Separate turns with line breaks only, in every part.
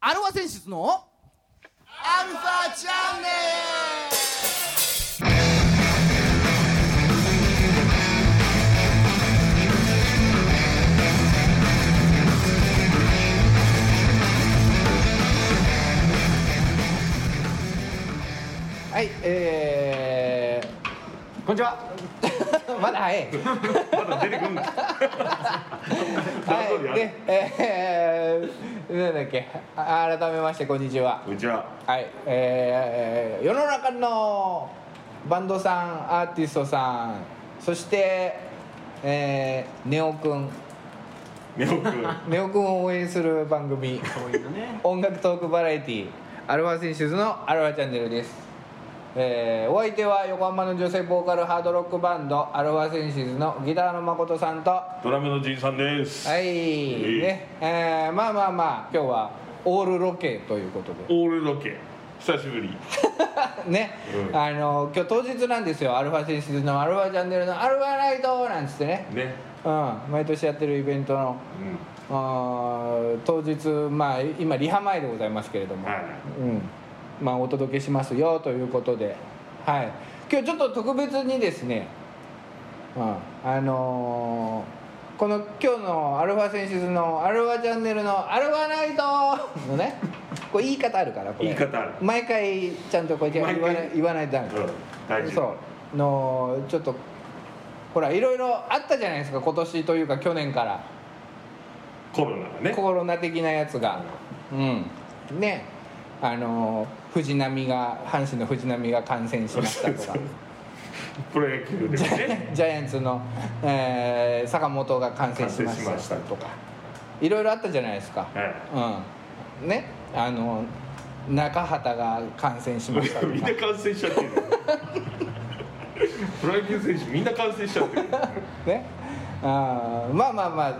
アルファ選出のアルファチャンネ
はい、えー、こんにちは。 まだ早い。
まだ出て くんない。
はい、で、えー、なんだっけ、あ改めまして、こんにちは
こ。んにちは。
はい、えー、世の中のバンドさん、アーティストさん、そして、えー、ネオくん。
ネオくん。
ネオくんを応援する番組、音楽トークバラエティアルファ選手ズのアルファチャンネルです、えーお相手は横浜の女性ボーカルハードロックバンドアルファセンシズのギターの誠さんとは
ドラムのじいさんです。
い、ねえーまあまあまあ今日はオールロケということで
オールロケ。久しぶり。
ね、
うん
あの今日当日なんですよアルファセンシズのアルファチャンネルのアルファライトなんつってね、
ね。
うん、毎年やってるイベントの
う
あー当日まあ今リハ前でございますけれど
ん。
も、
は
うんまあ、お届けしますよということで、はい、今日ちょっと特別にですね、うんあのーこの今日の「アルファ選手図の「アルファチャンネル」の「アルファナイト」 のねこれ言い方あるからこれ
言い方ある
毎回ちゃんとこうやって言わな
毎回
言わないとダメ、
うん大事
そうのちょっとほらいろいろあったじゃないですか今年というか去年から。
コロナがね。
コロナ的なやつが、うん、ねあのー藤浪が阪神の藤浪が感染しましたとか
プロ野球でもね。
ジャイアンツの、えー坂本が感染しました
感染しました
とかいろいろあったじゃないですか、うん、ねあの中畑が感染しましたと
みん
か
な感染しちゃってる。プロ野球選手みんな感染しちゃってる。
ねあーまあまあまあ、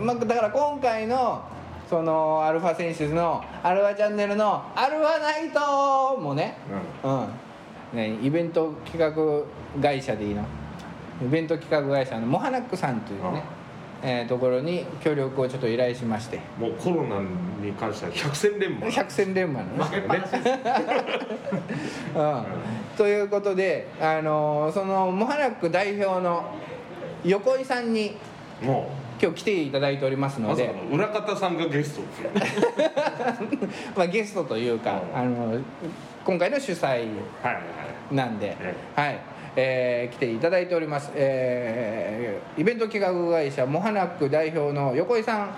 まあ、だから今回のそのアルファ選手のアルファチャンネルのアルファナイトもね、うんね、イベント企画会社でいいのイベント企画会社のモハナックさんというね、えーところに協力をちょっと依頼しまして
もうコロナに関しては百戦錬磨。
百戦錬磨のね、
ね。
うん、ということで、あのーそのモハナック代表の横井さんに
も
今日来ていただいております
う。
の
まさ
で
かの裏方さんがゲストっていうね。
まあ、ゲストというか、
うん
あの今回の主催
はいは
なんで、
え
はいえー来ていただいております、えーイベント企画会社モハナック代表の横井さん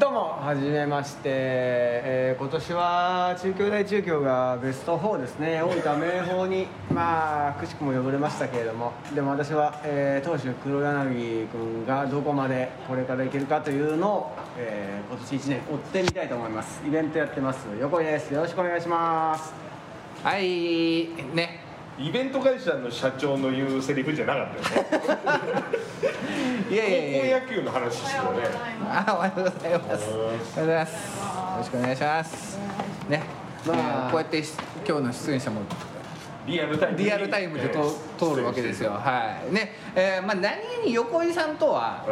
どうもはじめまして、えー今年は中京大中京がベスト4ですね大分明豊にまあくしくも敗れましたけれどもでも私は、えー、当主黒柳君がどこまでこれからいけるかというのを、えー今年1年追ってみたいと思いますイベントやってます横井ですよろしくお願いします
はいね
い。イベント会社の社長の言うセリフじゃなかったよね。
いやいやいやいや
高校野球の話してたね。
あおはようございますおはようございますよろしくお願いしますね
まあ
まあ、こうやってし今日の出演者も
リアルタイムに
リアルタイムでと、
えー
通るわけですよはいねえーまあ、何気に横井さんとは、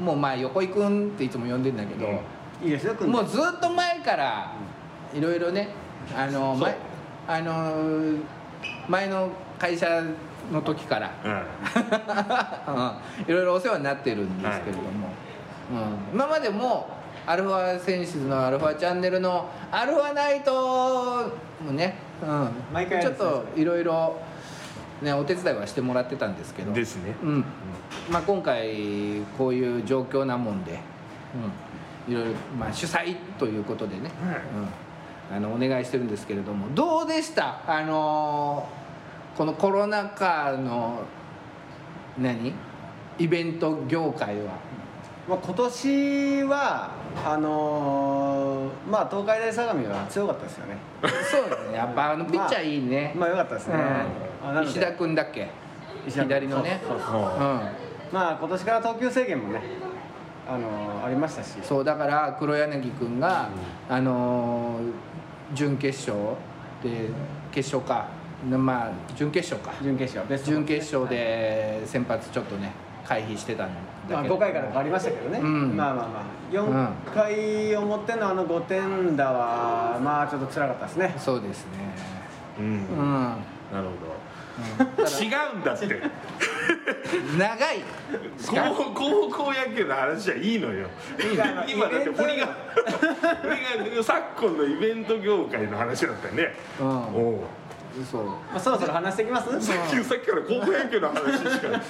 もうまあ横井くんっていつも呼んでんだけど、
うん
いいですよ君
もうずっと前からいろいろねあの
そう
前あの前の会社の時 から
う
いろいろお世話になってるんですけれども、うん、今までもアルファ選手のアルファチャンネルのアルファナイトもね、うん、
毎回
ち
や
ょっ
るんですね
といろいろねお手伝いはしてもらってたんですけど
んですね
うんまあ、今回こういう状況なもんで、うん、いろいろ、まあ、主催ということでね、うん、あのお願いしてるんですけれどもどうでしたあのーこのコロナ禍の何イベント業界 は
まあ、今年はあのーまあ東海大相模が強かったですよね
そうだねやっぱあのピッチャーいいね、
まあ良かったですね、
うん
あなので
石田君だっけ
石田君
左のね
そうそうそう
う
まあ今年から投球制限もね、あのありましたし、
ん、そうだから黒柳君が、あのー準決勝で決勝かまあ準決勝か
準決勝、ベスト
準決勝で先発ちょっとね回避してたん
ま
だ
あ、
けど、
5回から変わりましたけどね、
うん
まあまあまあ4回表のあの5点だはまあちょっと辛かったですね
そうですね
うん
う
な
ん
るほど違うんだって
長い
高高校野球の話じゃいいのよ
や
今だって振りが振りが昨今のイベント業界の話だったよね
う
お
ん
おう
嘘
まあ、そろそろ話していきます
さっきさっきから高校野球の話しか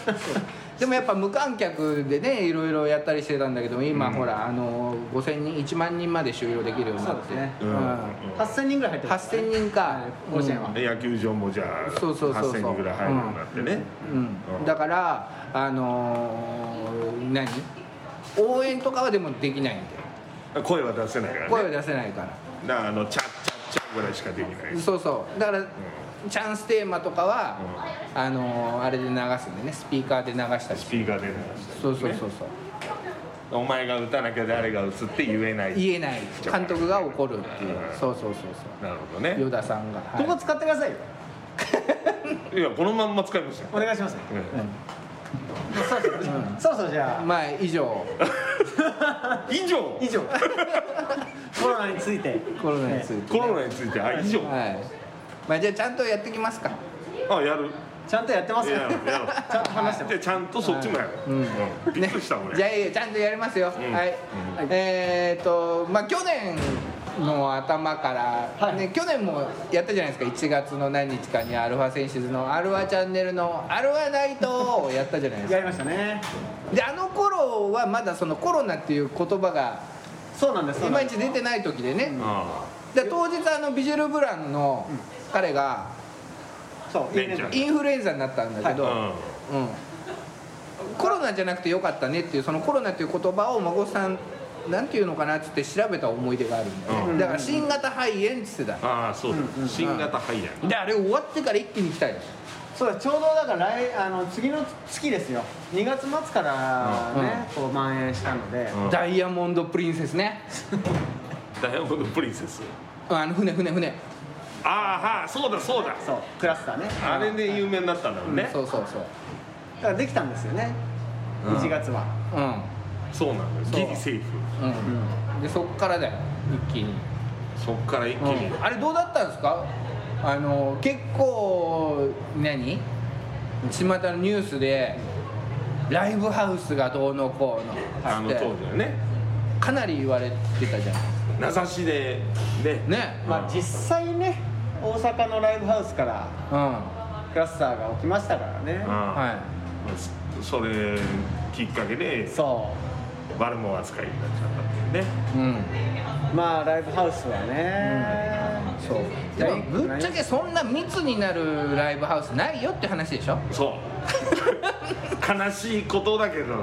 でもやっぱ無観客でねいろいろやったりしてたんだけど今、ほらあの5000人1万人まで収容できるようになって
そうですね
うん
8000人ぐらい入ってます
8000人か
甲子園は
野球場もじゃあ
そうそうそうそう
8000人ぐらい入るようになってね、
うん
うん
だからあのー何応援とかはでもできないんだよ
声は出せないからね
声を出せないから
だからあのチャッチャッチャッぐらいしかできない、
そうそうだから、チャンステーマとかは、あのーあれで流すんでねスピーカーで流したり
ス
し
ピーカーで流したり
そうそうそうそう、
お前が打たなきゃ誰が打つって言えない
言えない監督が怒るっていう、
うん
そうそうそう
なるほど
そう
ね
与田さんが、はい
ここ使ってくださいよ
いやこのまんま使いますよ、
お願いします、まあそろそろそろそろじゃあ
まあ以上
うん以上
以上コロナについて
コロナについて、
コロナについてあ以上、
はいまあじゃあちゃんとやってきますか
あやる
ちゃんとやってます
いやや
よ
ろうやろう
ちゃんと話してます
でちゃんとそっちもやる、
うん
うんびっくりした俺、
じゃあいいよちゃんとやりますよ、
うん
はい、
うん
えー、っとまあ去年の頭から、
はい
ね、去年もやったじゃないですか1月の何日かにアルファセンシズの「アルファチャンネル」の「アルファナイト」をやったじゃないです
や
か
りましたね
であの頃はまだそのコロナっていう言葉が
そうなんですそ
いう
な
ま
ん
い
です
ち出てない時でね、
あ
で当日あのビジュル・ブランの彼が
そういいね
ベンチ
インフルエンザになったんだけど、
あ
うん、コロナじゃなくてよかったねっていうそのコロナっていう言葉を孫さんなんていうのかなっつって調べた思い出があるんだよね、
うん
だから新型肺炎っつってた
うん、ああそうだ、新型肺炎、
であれ終わってから一気に来たよ
そうだちょうどだから来あの次の月ですよ2月末からね、こう蔓延したので、
うん
ダイヤモンド・プリンセスね
ダイヤモンドプリンセス
うんあの船船船、
ああはいそうだそうだ
そうクラスターね
あれで有名になったんだろうね、
そうそうそう
だからできたんですよね、
うん
1月は
うん
そうなんだ
そう
よギリセーフ
うんでそっからだよ一気に、
そっから一気に、
うんあれどうだったんですかあの結構何巷のニュースでライブハウスがどうのこうの
あの
つっ
当
て
時はね
かなり言われてたじゃない
名指しでね
ね
まあ実際ね大阪のライブハウスから
うん
クラスターが起きましたからね
あ
は
あそれきっかけで
そ
悪者扱いになっちゃったっていうね
いうん
うまあライブハウスはね、
そう
じゃあ
でもぶっちゃけそんな密になるライブハウスないよって話でしょ
そう 悲しいことだけど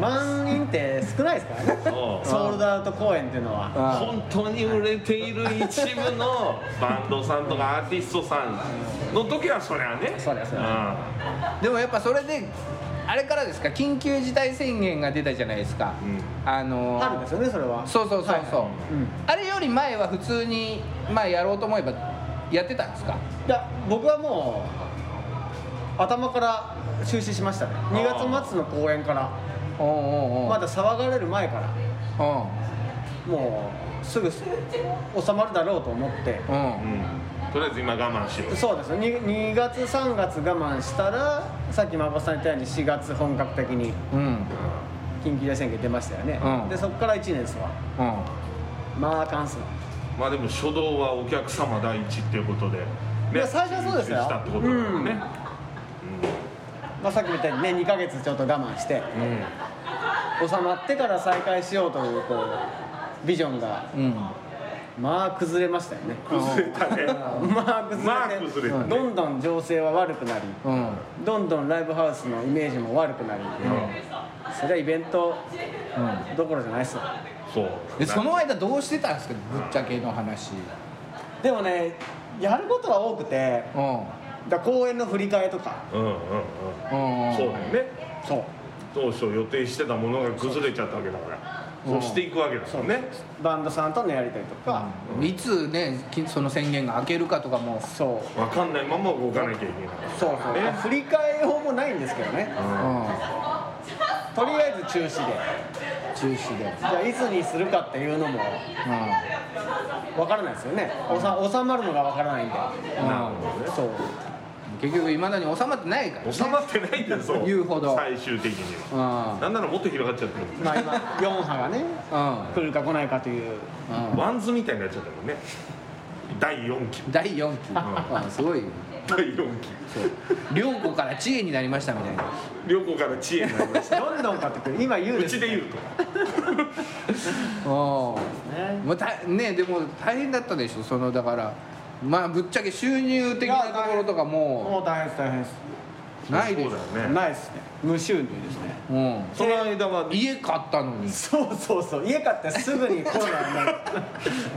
満員って少ないです からね
そう
ソールドアウト公演っていうのは
本当に売れている一部のバンドさんとかアーティストさんの時はそりゃね
そりゃそり
でもやっぱそれであれからですか緊急事態宣言が出たじゃないですか、
う
あのー
春ですよねそれは
そうそうそうそう、
うん
あれより前は普通にまあやろうと思えばやってたんですか
いや僕はもう頭から中止しましたね2月末の公演から
おうんうんうん
まだ騒がれる前から
う
もうすぐ収まるだろうと思って
んうん、
うん、うん、とりあえず今我慢しよう
そうですね 2, 2月3月我慢したらさっき孫さん言ったように4月本格的に
うんうん
緊急事態宣言出ましたよね、
うん
でそこから1年ですわまあ関数
まあでも初動はお客様第一っていうことで、ね
いや最初はそうですよ
集中したってことだもんね、
まあ、さっきも言ったようにね2ヶ月ちょっと我慢して
うん
収まってから再開しようというこうビジョンが
うん
まあ崩れましたよね
崩れたね
まあ崩れて
まあ崩れてね
どんどん情勢は悪くなり
うんうん
どんどんライブハウスのイメージも悪くなり、それはイベントどころじゃないっすよ
そう
でその間どうしてたんですかぶっちゃけの話
でもねやることは多くて
うんうん
だから公演の振り替えとか
うんうんうん
うん
そうだよね
そう
当初予定してたものが崩れちゃったわけだからそうしていくわけだもんね
バンドさんとのやり取りとか、
いつねきその宣言が明けるかとかも
そう
分かんないまま動かなきゃいけない
そうそう、
ね
振り替えようもないんですけどね
うん
とりあえず中止で
中止で、
じゃあいつにするかっていうのも
う
わからないですよねおさ収まるのがわからないんで
なるほどね
そう
うん、結局いまだに収まってないから、ね、
収まってないんだよそう
言うほど
最終的に
う
は
ん
なんならもっと広がっちゃってる
まあ今4波がね
うん
来るか来ないかという
う
ワンズみたいになっちゃったもんね第4期
ん、第4期、
ん
うん、すごい
第4期
そう良子から知恵になりましたみたいな
旅行から知恵になりました
どんどん買ってくる今言う
う
です
ちで
ね
言うと
うんもうたねでも大変だったでしょそのだからまあぶっちゃけ収入的なところとかも
もう大変です大変です
うないでしょ
そうだよね
ないですね無収入ですね
う、
その間は
ん、家買ったのに
そうそうそう家買ってすぐにコロナになる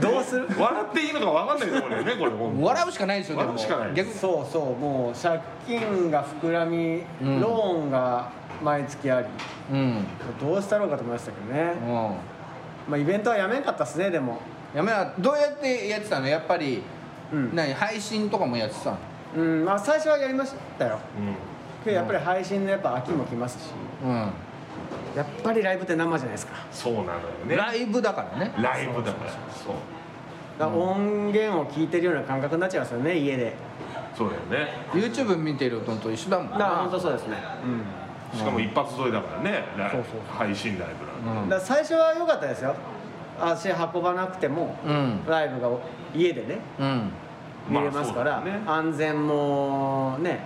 どうする
笑っていいのか分かんないところだよねこれほんと
笑うしかないでしょでも
笑うしかない
逆に
そうそうもう借金が膨らみ、
うん
ローンが毎月あり
うん
どうしたろうかと思いましたけどね、
うん
まあ、イベントはやめんかったっすねでも
やめなどうやってやってたのやっぱり、
うん、
何配信とかもやってたの
うんまあ、最初はやりましたよ
うん
けどやっぱり配信のやっぱ秋も来ますし
うん、
やっぱりライブって生じゃないですか
そうなのよね
ライブだからね
ライブだからそう
だから音源を聞いてるような感覚になっちゃいますよね家で
そうだよね
YouTube 見てるのと一緒だもん
だ
な
から本当そうですね、うん
しかも一発撮りだからねライ
そうそうそう
配信ライブなんで
うん
だから最初は良かったですよ足運ばなくても、
うん
ライブが家でね
うん
見れますから、
まあそうだね
安全もね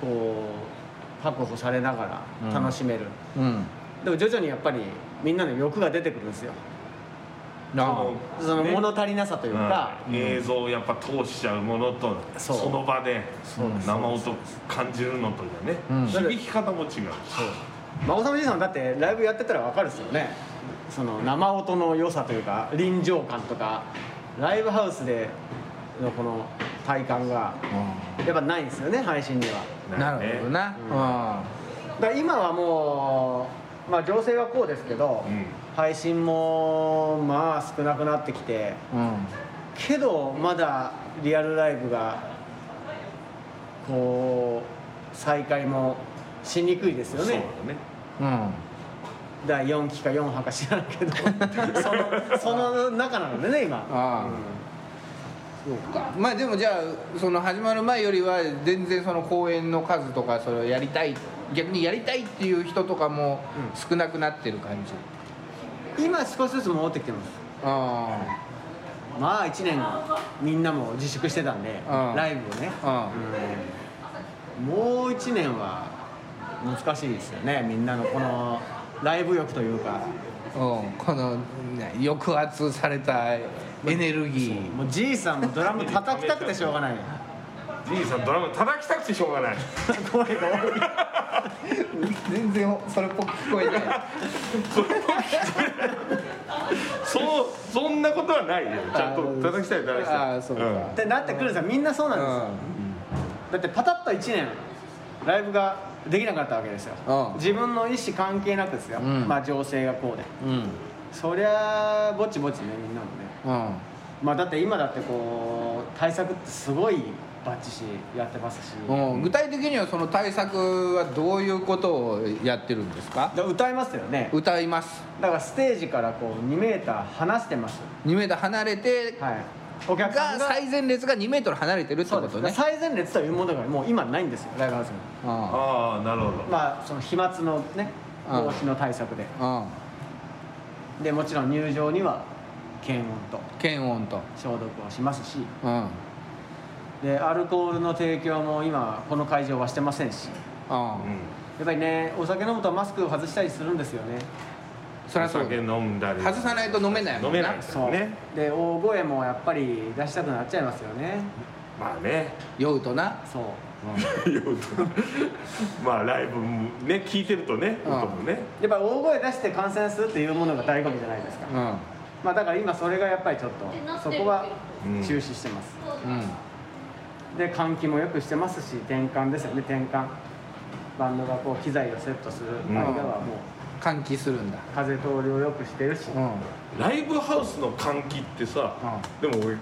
こう確保されなが
うん
ら楽しめる、
うんうん
でも徐々にやっぱりみんなの欲が出てくるんですよ
な
その
ね
物足りなさというか、
うん映像をやっぱ通しちゃうものと
そ
そうの場で
そうです
生音感じるのとでね、
うん
響き方も違うし
孫さんじいさんだってライブやってたら分かるですよねその生音の良さというか臨場感とかライブハウスでのこの体感がやっぱないんですよね配信では
うんなるほどな、
だから今はもう、まあ、情勢はこうですけど、
うん
配信もまあ少なくなってきて
うんうん
けどまだリアルライブがこう再開もしにくいで
そ
すよ
うだね
ね
うん
第4期か4波か知らんけど そのその中なのでね今
ああ、そうかまあでもじゃあその始まる前よりは全然その公演の数とかそれをやりたい逆にやりたいっていう人とかも少なくなってる感じ、
今少しずつ戻ってきてます
あ
まあ1年みんなも自粛してたんで
あ
ライブをね
あ
もう1年は難しいですよねみんなのこのライブ欲というか
あうん、うん、このね抑圧されたエネルギー
もうじいさんもドラム叩きたくてしょうがない
じいさんドラム叩きたくてしょうがない
声が多い
全然それっぽく聞こ えない
そうそんなことはないよちゃんと叩きたい叩きたい
あーそうか
ってなってくるんですよみんなそうなんですよ、だってパタッと1年ライブができなかったわけですよ、
うん
自分の意思関係なくですよ、
うん
まあ情勢がこうで
うんうん
そりゃぼちぼちねみんなもね
うん
まあだって今だってこう対策ってすごいバッチしやってますし、
うん、具体的にはその対策はどういうことをやってるんですか
だ歌いますよね
歌います
だからステージからこう2メーター離してます
2メートル離れて
はいお客さ
が
んが
最前列が2メートル離れてるって
そう
こ
です
と
ね
ね
最前列というものがもう今ないんですよライブハウスに
うん
ああなるほど
まあその飛沫のね
うん
防止の対策で
うん
でもちろん入場には検温と
検温と
消毒をしますし
うんうん
でアルコールの提供も今この会場はしてませんし
うん
やっぱりねお酒飲むとマスク外したりするんですよね
そりゃ
お
そう
酒
だ
飲んだり
外さないと飲めないも
飲
んな
めないです
そ
よ
う
ね
で大声もやっぱり出したくなっちゃいますよね
まあね
酔うとな
そう
酔うとまあライブもね聞いてるとね
うん
音もね
やっぱり大声出して感染するっていうものが醍醐味じゃないですか
うんうん
まあだから今それがやっぱりちょっとそこは
うん
中止してます、で換気もよくしてますし転換ですよね転換バンドがこう機材をセットする間はもう
換気するんだ
風通りをよくしてるし、
うん
ライブハウスの換気ってさ、でも俺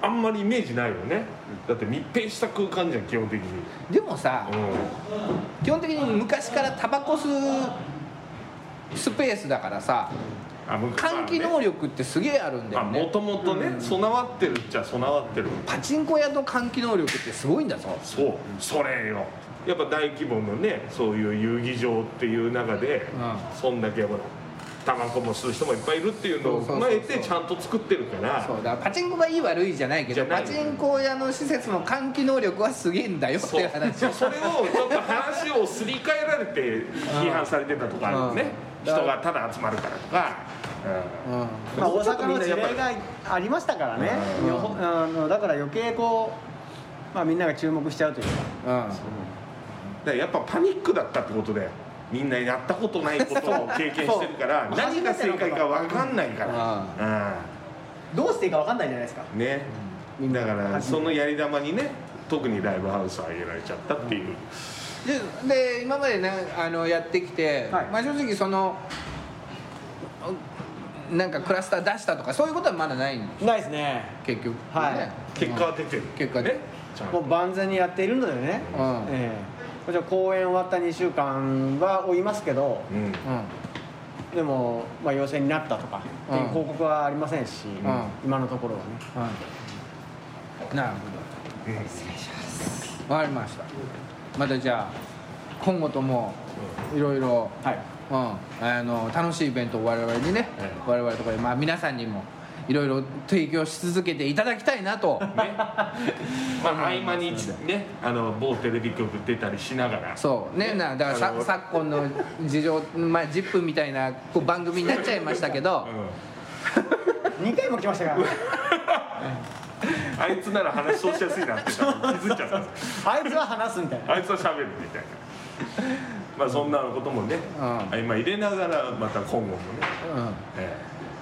あんまりイメージないよねだって密閉した空間じゃん基本的に、
でもさ
う
基本的に昔からタバコ吸うスペースだからさ
ん、あ僕
換気能力ってすげえあるんだ
あ
よ
も
ね
ともとね備わってるっちゃ備わってる
パチンコ屋の換気能力ってすごいんだぞ
そうそれよやっぱ大規模のねそういう遊技場っていう中で、
う
そんだけほらタバコも吸う人もいっぱいいるっていうのを
そうそうそ
踏
う
ま
そう
えてちゃんと作ってるから
そうだパチンコがいい悪いじゃないけ
じ
ど
ゃな
パ
い
チンコ屋の施設の換気能力はすげえんだよっていう話
そうそれをちょっと話をすり替えられて批判されてたとかあるよね
うん
人がただ集まるからとか、うん
うん
まあ、大
ちょっと
阪
みん
の
な
事
やっぱ
例
り
がありましたからね、
うん
よほあのだから余計こう、まあ、みんなが注目しちゃうというか、
うん
だからやっぱパニックだったってことでみんなやったことないことを経験してるから
そう
何が正解か分かんないから、
どうしていいか分かんないじゃないですか、
うんね
うん
だからそのやり玉にね特にライブハウスあげられちゃったっていう、
でで今までねあのやってきて、
はい
まあ、正直そのなんかクラスター出したとかそういうことはまだないん
ないですね、
結局、
はい
ね
結果は出てる、
結果
ね
ね
ちゃん
も
と
う万全にやっているのでね、
うん
ええじゃあ公演終わった2週間は追いますけど、
うん
でも、まあ、陽性になったとか、っていう報告はありませんし、
ん
今のところはね。
うん、うん、なるほ
うん
どわかりましたまたじゃあ今後ともいろいろ
はい
うん、あの楽しいイベントを我々にね、
はい
我々とか、まあ、皆さんにもいろいろ提供し続けていただきたいな と
ね、まあ合間にねあの某テレビ局出たりしながら
そうねなだから
あ
さ
の
昨今の事情まあ「ZIP!」みたいなこう番組になっちゃいましたけど
2回も来ましたから
あいつなら話通しやすいなって気づいちゃった
あいつは話すみたいな
あいつは喋るみたいなまあそんなこともね、
うん
合間入れながらまた今後もね、
うん
え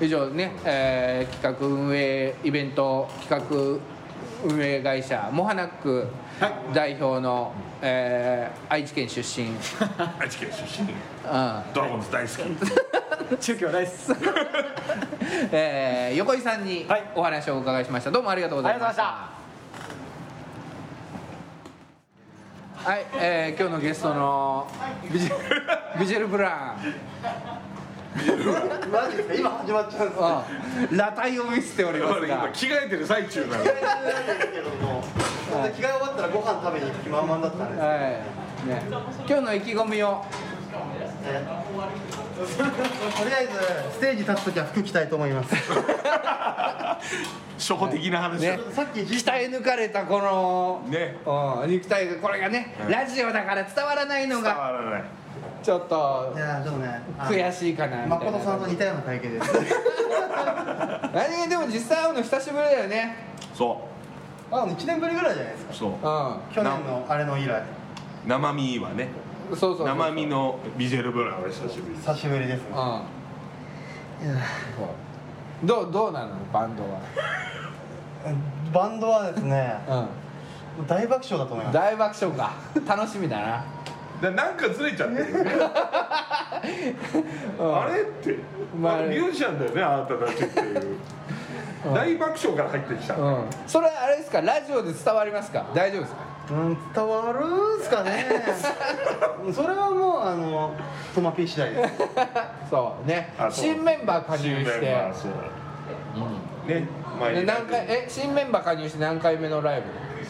以上ね、えー企画運営イベント企画運営会社モハナック代表の、えー愛知県出身、 うん、
え愛知県出身ドラゴンズ大好き
中京大好きです
えー横井さんに
はい
お話をお伺いしましたどうもありがとうございました
あ
はい、えー今日のゲストのビジビジェル・ブラ
マジですか今始まっちゃうんで
ンは裸体を見せております
俺今
が
着替えてる最中なの
けども、本当に着替え終わったらご飯食べに行く気満々だったんです。
はいね、今日の意気込みを
とりあえずステージ立つときは服着たいと思います。
初歩的な話だ
ね
さっきじい
鍛え抜かれたこの、
ね
うん肉体がこれがね、
うん
ラジオだから伝わらないの
伝
が
わらない
ちょっと
いやちょっとね、あの
悔しいかなみたいな
誠さんと似たような体型です。
何気にでも実際会うの久しぶりだよね
そ
あ、一年ぶりぐらいじゃないですか
う。そう
う
去年のあれの以来、
生身はね
んそうそうそう
生身のビジェルブランは久しぶりです
久しぶりですね。いや
うんどうどうなのバンド
バンドはですね、
は、
大爆笑だと思います。
大爆笑か楽しみだな、
だなんかずれちゃってるね
うん
あれって、
まあ
あのミュージシャンだよねあなたたちっていう大爆笑から入ってきた、
うん、それあれですかラジオで伝わりますか大丈夫ですか
うん、伝わるんすかね。 それはもうあのトマピー次第です。
そうね
あそう
新メンバー加入
新メン
して
バーそうね前
で
に
何回え新メンバー加入して何回目のライ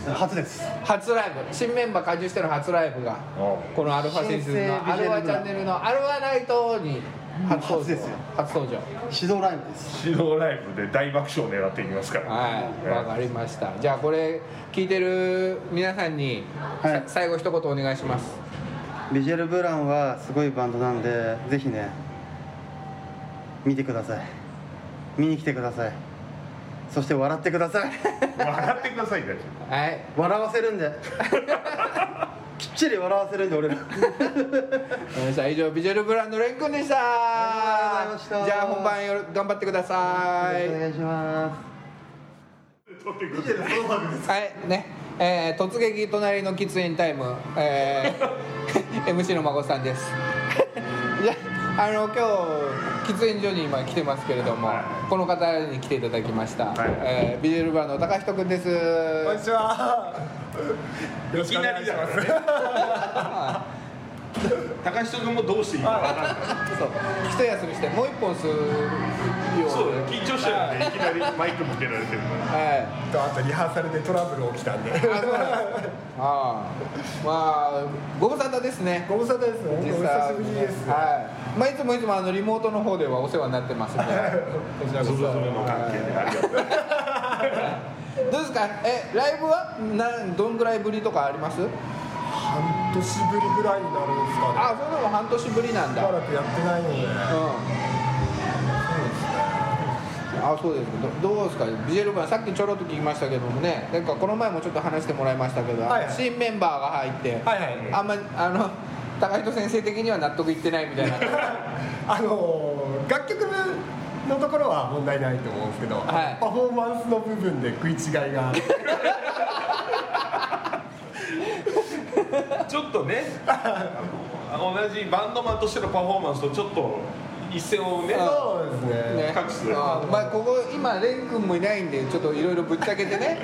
ブ
初です。
初ライブ新メンバー加入しての初ライブが
う
このアルファセンスのアルファチャンネルのアルファナイトに初登場
初ですよ
初登場
指導ライブです。
指導ライブで大爆笑を狙っていきますから、
はい、わかりました。じゃあこれ聞いてる皆さんに、
はい
さ最後一言お願いします。
ビジュアルブランはすごいバンドなんでぜひね見てください見に来てくださいそして笑ってください
笑ってくださいね
はい、
笑わせるんで きっちり笑わせるんで俺ら
ごめんなさい。以上ビジュアルブランドレン君でした。
ありがとうございました
じゃあ本番よろ頑張ってください。
お願いします
はい、ね、えー、突撃隣の喫煙タイム、えー、MC の孫さんです。じゃあ、あの今日喫煙所に今来てますけれども、
はい
この方に来ていただきました、
はい
えービデオルバーの高人君です
こんにちは。よろしくお願いします。
高橋君もどうしていいか分かんない
そう一休みしてもう一本吸うよ
そうだ
う
よ緊張してるねいきなりマイク向けられてるか
な
ら
はい
とあとリハーサルでトラブル起きたんで。
ああまあご無沙汰ですね
ご無沙汰です。本当お久しぶりです。
はい、まあ、いつもいつもあのリモートの方ではお世話になってますん でこちらこ
ズ
そ
ブズブの関係でありがとう
どうですかえライブはなんどんぐらいぶりとかあります
半年ぶりぐらいになるんですかね。
あそれでも半年ぶりなん
し
だ
ば
うん
らくやってないので。
あそうですかどどうですかビジェルバンさっきちょろっと聞きましたけどもねなんかこの前もちょっと話してもらいましたけど、
はいはい
新メンバーが入って、
はいはい
あんまあの高人先生的には納得いってないみ たいな
あのー楽曲のところは問題ないと思うんですけど、
はい
パフォーマンスの部分で食い違いが。
ちょっとねあの同じバンドマンとしてのパフォーマンスとちょっと一線をね
あ
そうですね。
ね
各種
あまあここ今蓮くんもいないんでちょっといろいろぶっちゃけてね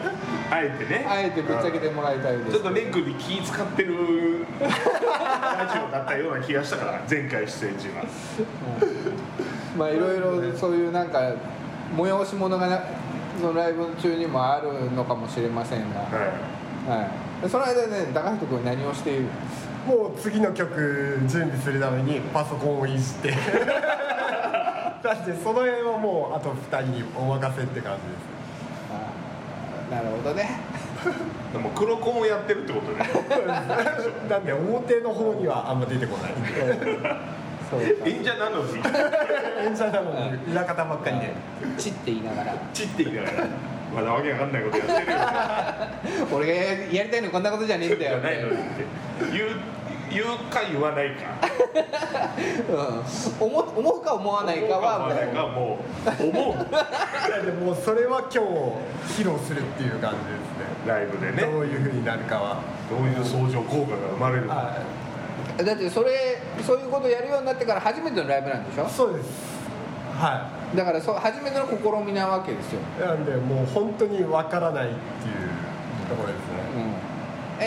あえてね
あえてぶっちゃけてもらいたいです
ちょっとレン君に気使ってるラジオだったような気がしたから前回出演時は
まあいろいろそういうなんか催し物がなそのライブ中にもあるのかもしれませんが、
は
はい、でその間ね高橋君何をしている
もう次の曲準備するためにパソコンをいじって なんでその辺はもうあと2人にお任せって感じです
あーなるほどね
いでも黒子もやってるってこと ね
なんで表の方にはあんま出てこない
そうか
演者なのに
演者なのに裏方ばっかりで
チって言いながら
チって言いながらまだわけわかんないことやってるよ
俺がややりたいのこんなことじゃねえんだ
じ
よ
ゃないのにって言う言うか言わないか
うん、思う思うか思わないかは
思うか思わないかもう思
なんでもうそれは今日披露するっていう感じ
うライブで
ですね
ね
どういう風になるかは
どういう相乗効果が生まれるのか
だってそれそういうことやるようになってから初めてのライブなんでしょ
そうですは
だからそう初めての試みなわけですよ、
いなんでもう本当にわからないっていうところです
う
ね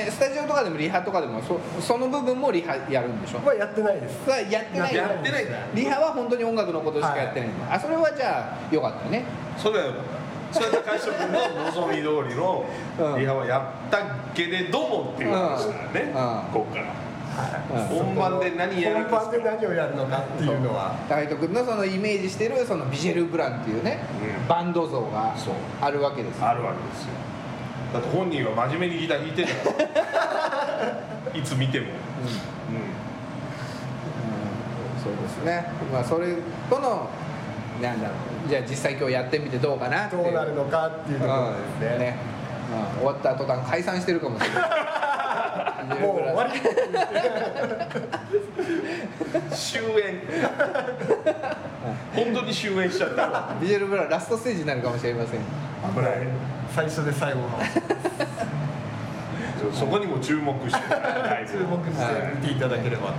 ん、えスタジオとかでもリハとかでもそその部分もリハやるんでしょ
まあやってないです
さあやってない
やってないんだ
リハは本当に音楽のことしかやってないんだ、あそれはじゃあよかったね
それはそれは高橋君の望み通り
う
の
ん
リハはやったけれどもっていう話だよね、
うん
こっから
うん
本番で何やる
本
か
番で何をやるのかっていうのは
高人君のそのイメージしてるそのビジェル・ブランっていうね、
うん
バンド像が
そう
あるわけですよ
あるわけですよだって本人は真面目にギター弾 いてるからいつ見ても、う
うんそうですね、まあ、それとのなんだろうじゃあ実際今日やってみてどうかなってい
どうなるのかっていうところです
うん
ね
ねうん終わった途端解散してるかもしれない
もう終わり
ん終演本当に終演しちゃったら
ビジュアルブララストステージになるかもしれません
危ない
最初で最後の
そこにも注目してライブ
注目して見ていただけ れば
はい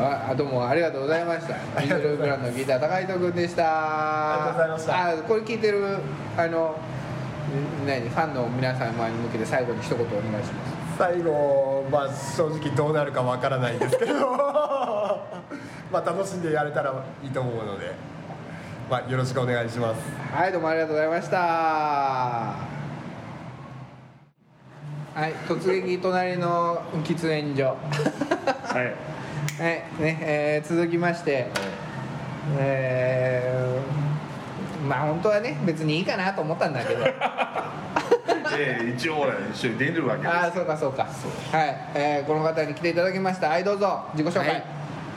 うんああどうもありがとうございましたビジュアルブラのギター高井戸君でした
ありがとうございました
あこれ聞いてるあのん何ファンの皆様に向けて最後に一言お願いします
最後まあ正直どうなるかわからないんですけど まあ楽しんでやれたらいいと思うのでまあよろしくお願いします
はいどうもありがとうございましたはい突撃隣の喫煙所
はい
はいね、えー続きましてえーまあ本当はね別にいいかなと思ったんだ けどあ
ええ一応ほら一緒に出るわけです
あそうかそうかはい、えーこの方に来ていただきましたはいどうぞ自己紹介、
はい、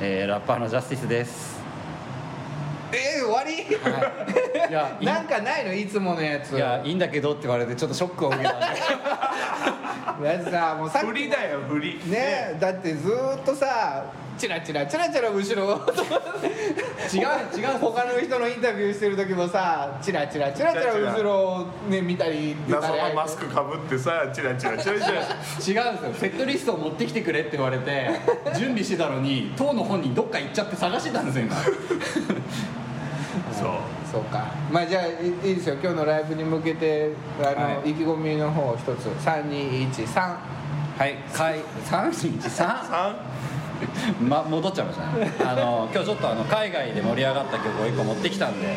えーラッパーのジャスティスです。
えー、終わり、
いやいい
なんかないのいつものやつ
いやいいんだけどって言われてちょっとショックを受け たんで
だってさもうさっきも
振りだよ振り
ねだってずーっとさチラチラチラチラ後ろを違う違う他の人のインタビューしてる時もさチラチラチラチラ後ろをね見たり出た
謎
り
のマスクかぶってさチラチラチラチラ
違うんですよセットリストを持ってきてくれって言われ て準備してたのに当の本人どっか行っちゃって探してたんですよ今
そう
そうかまあじゃあいいいですよ今日のライブに向けてあの、
はい
意気込みの方を一つ3213
はい会323
三
ま戻っちゃいましたねあの今日ちょっとあの海外で盛り上がった曲を1個持ってきたんで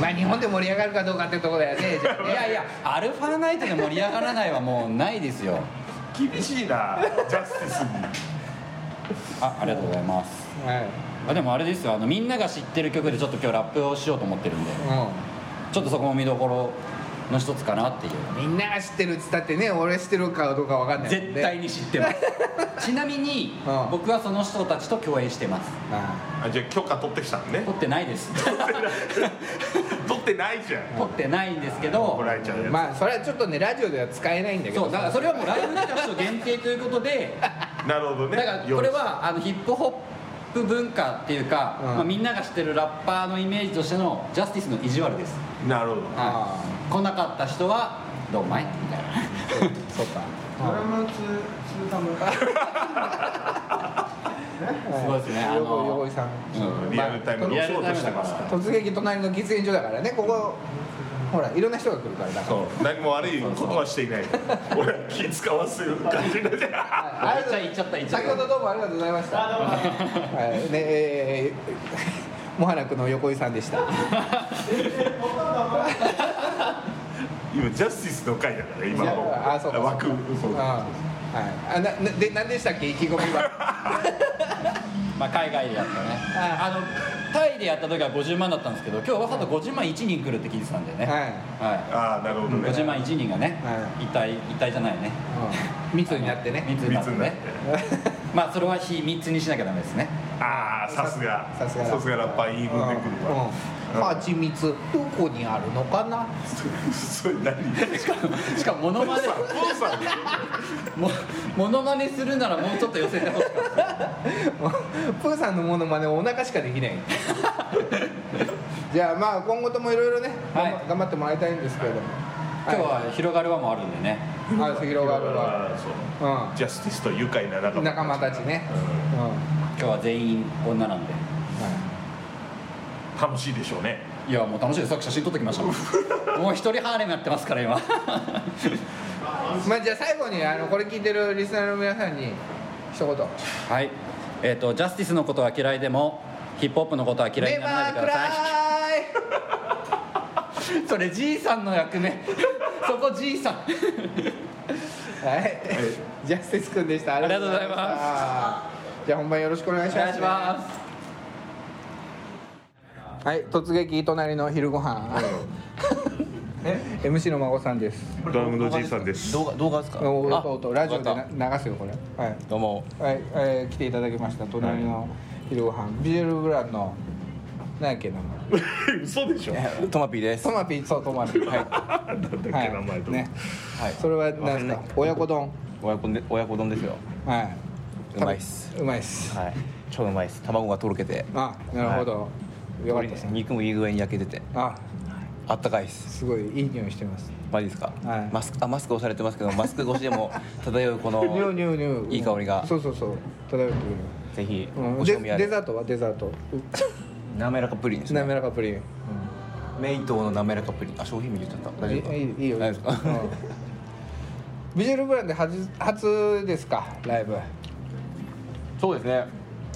まあ日本で盛り上がるかどうかってとこだよ ねじゃあ
い
ね
やいやアルファナイトで盛り上がらないはもうないですよ
厳しいなジャスティスに
あありがとうございます
はい
あでもあれですよあのみんなが知ってる曲でちょっと今日ラップをしようと思ってるんでちょっとそこも見どころの一つかなっていう
うん、みんなが知ってるっつったってね俺知ってるかどうかわかんないもんね
絶対に知ってます ちなみに
うん
僕はその人たちと共演してます
あ
あじゃあ許可取ってきたのね
撮ってないです
取ってないじゃん
撮ってないんですけど
怒られちゃう
あ
や
まあそれはちょっとねラジオでは使えないんだけど
そうだからそれはもうライブでの人限定ということで
つなるほどね
だからこれはあのヒップホップ文化っていうか、
うん
まあ、みんなが知ってるラッパーのイメージとしてのジャスティスの意地悪です、
なるほど
あ
来なかった人は「どうもい」みたいな
あそうか
ドラムツーツータ ム
すごいですねあの
横横井さん
うん
リアルタイムのお仕事してますから
突撃隣の喫煙所だからねここほらいろんな人が来るからだから
そう何も悪いことはしていない俺は気使わせる感じになっちゃ
あいっちゃい行っちゃった行っちゃっ
先
た
ほどどうもありがとうございましたはいねえー、もはなくの横井さんでした
う今ジャスティスの回だから今の
あそうか
枠
そうかはいあななで何でしたっけ意気込みは
まあ、海外でやったね
あ
あのタイでやった時は50万だったんですけど今日わざと50万1人来るって聞いてたんだよね
はい、
は
ああなるほど
い
ね
50万1人がね、
は
一体一体じゃないね
うん密になってね
密になって
密になっ
ね
て
まあそれは秘密にしなきゃダメですね
ああさすが
さすが
さすがラッパー言い分でくる
う
わ
ん蜂蜜どこにあるのかな
それ何
しかもモノマネ
さ父さん
もモノマネするならもうちょっと寄せてほしかっ
プーさんのモノマネお腹しかできない じゃあまあ今後ともいろいろね、
はい
頑張頑張ってもらいたいんですけれども
た今日は広がる輪もあるんでね
はいはい広がるわ
あーそう
う
ジャスティスと愉快な仲
ん
間
仲間たちね
う
うん、は
今日は全員女なんで
ん楽しいでしょうね
いやもう楽しいですさっき写真撮ってきましたもん もう一人ハーレムやってますから今
いまあじゃあ最後にあのこれ聞いてるリスナーの皆さんに一言
はいえっ、とジャスティスのことは嫌いでもヒップホップのことは嫌いにならないでください
い
それじいさんの役目そこじいさん
はい、ジャスティス君でした。あ
ありがとうござ
す。じゃあ本番よろしくお願いします、
す
す。はい、突撃隣の昼ご飯。え MC の孫さんです。
ドラムのじいさんです
動画動画ですか
お
あ
弟ラジオで
わかっ
な流すよこれ。はい。
たどうも
はい、えー来ていただきました隣の昼ご飯ビジュアルブランの何やっけな
嘘でしょ
トマピーです
トマピーそうトマピーはいは
なんだっけ
い
名前と
ね、
はい
それは何ですか親子丼
親子で親子丼ですよ
はいう
うまいっす
うまいっす
はい超うまいです卵がとろけて
あなるほど、よかったですね
肉もいい具合に焼けてて
あ
あったかいです
すごいいい匂いしてます
マジですか、
はい
マスクあマスクをされてますけどマスク越しでも漂うこの
ニューニューニュー
いい香りが
そうそうそう漂ってく
ぜひ
る、うん、
お
で
仕込みあ
デ
れ
ザートはデザート
滑らかプリンですね
滑らかプリン
メイトーの滑らかプリンあ商品名言っちゃった大丈夫か
いいいいよ
大丈夫ですか、
うんビジュアルブランで初初ですかライブ
そうですね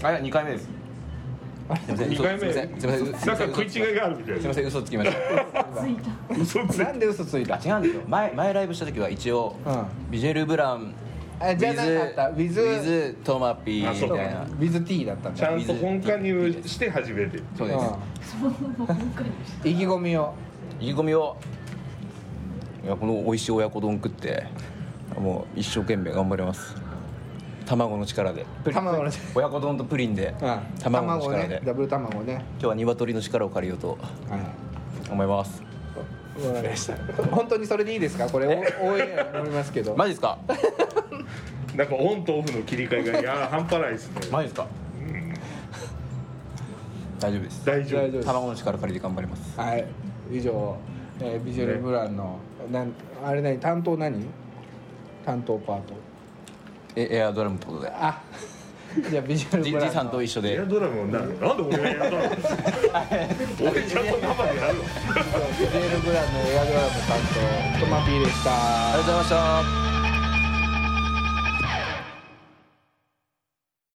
あいや二回目ですすみません
二回目
すみませんすみません
なんか食い違いがあるみた
す
い
み
な
ません嘘つきました
嘘つい
なんで嘘ついた
あ違うんですよ前前ライブした時は一応、
うん
ビジュエル・ブラウン
あじゃなかった
with
with-
with トマピー
あ
み
そう
たいな
ビズ T だったん
ち
だ
ゃんと本加入して初めて
そうです、
うん意気込みを
意気込みをいやこの美味しい親子丼食ってもう一生懸命頑張ります卵の力でプリン
卵の力
親子丼とプリンで、
うん
卵の力で、
ねダ
今
ブル卵ね
日は鶏の力を借りようと
はい
思います
わかりました本当にそれでいいですかこれ応援乗りますけど
マジですか
なんかオンとオフの切り替えがいやー半端ないですね
マジですか大丈夫です
大丈夫
大丈夫です
卵の力借りて頑張ります
はい以上、えービジュアルブランの、なんあれ何担当何担当パート
えエアドラムってことで
あじゃあビジュアル
じ
ブ
じ
ラ
い
ン
さ
の
んと一緒
エ
で
アドラムをななんで俺がやったの俺ちゃんと生でやるの
ビジュアルブランのエアドラム担当トマピーでしたありがとうございました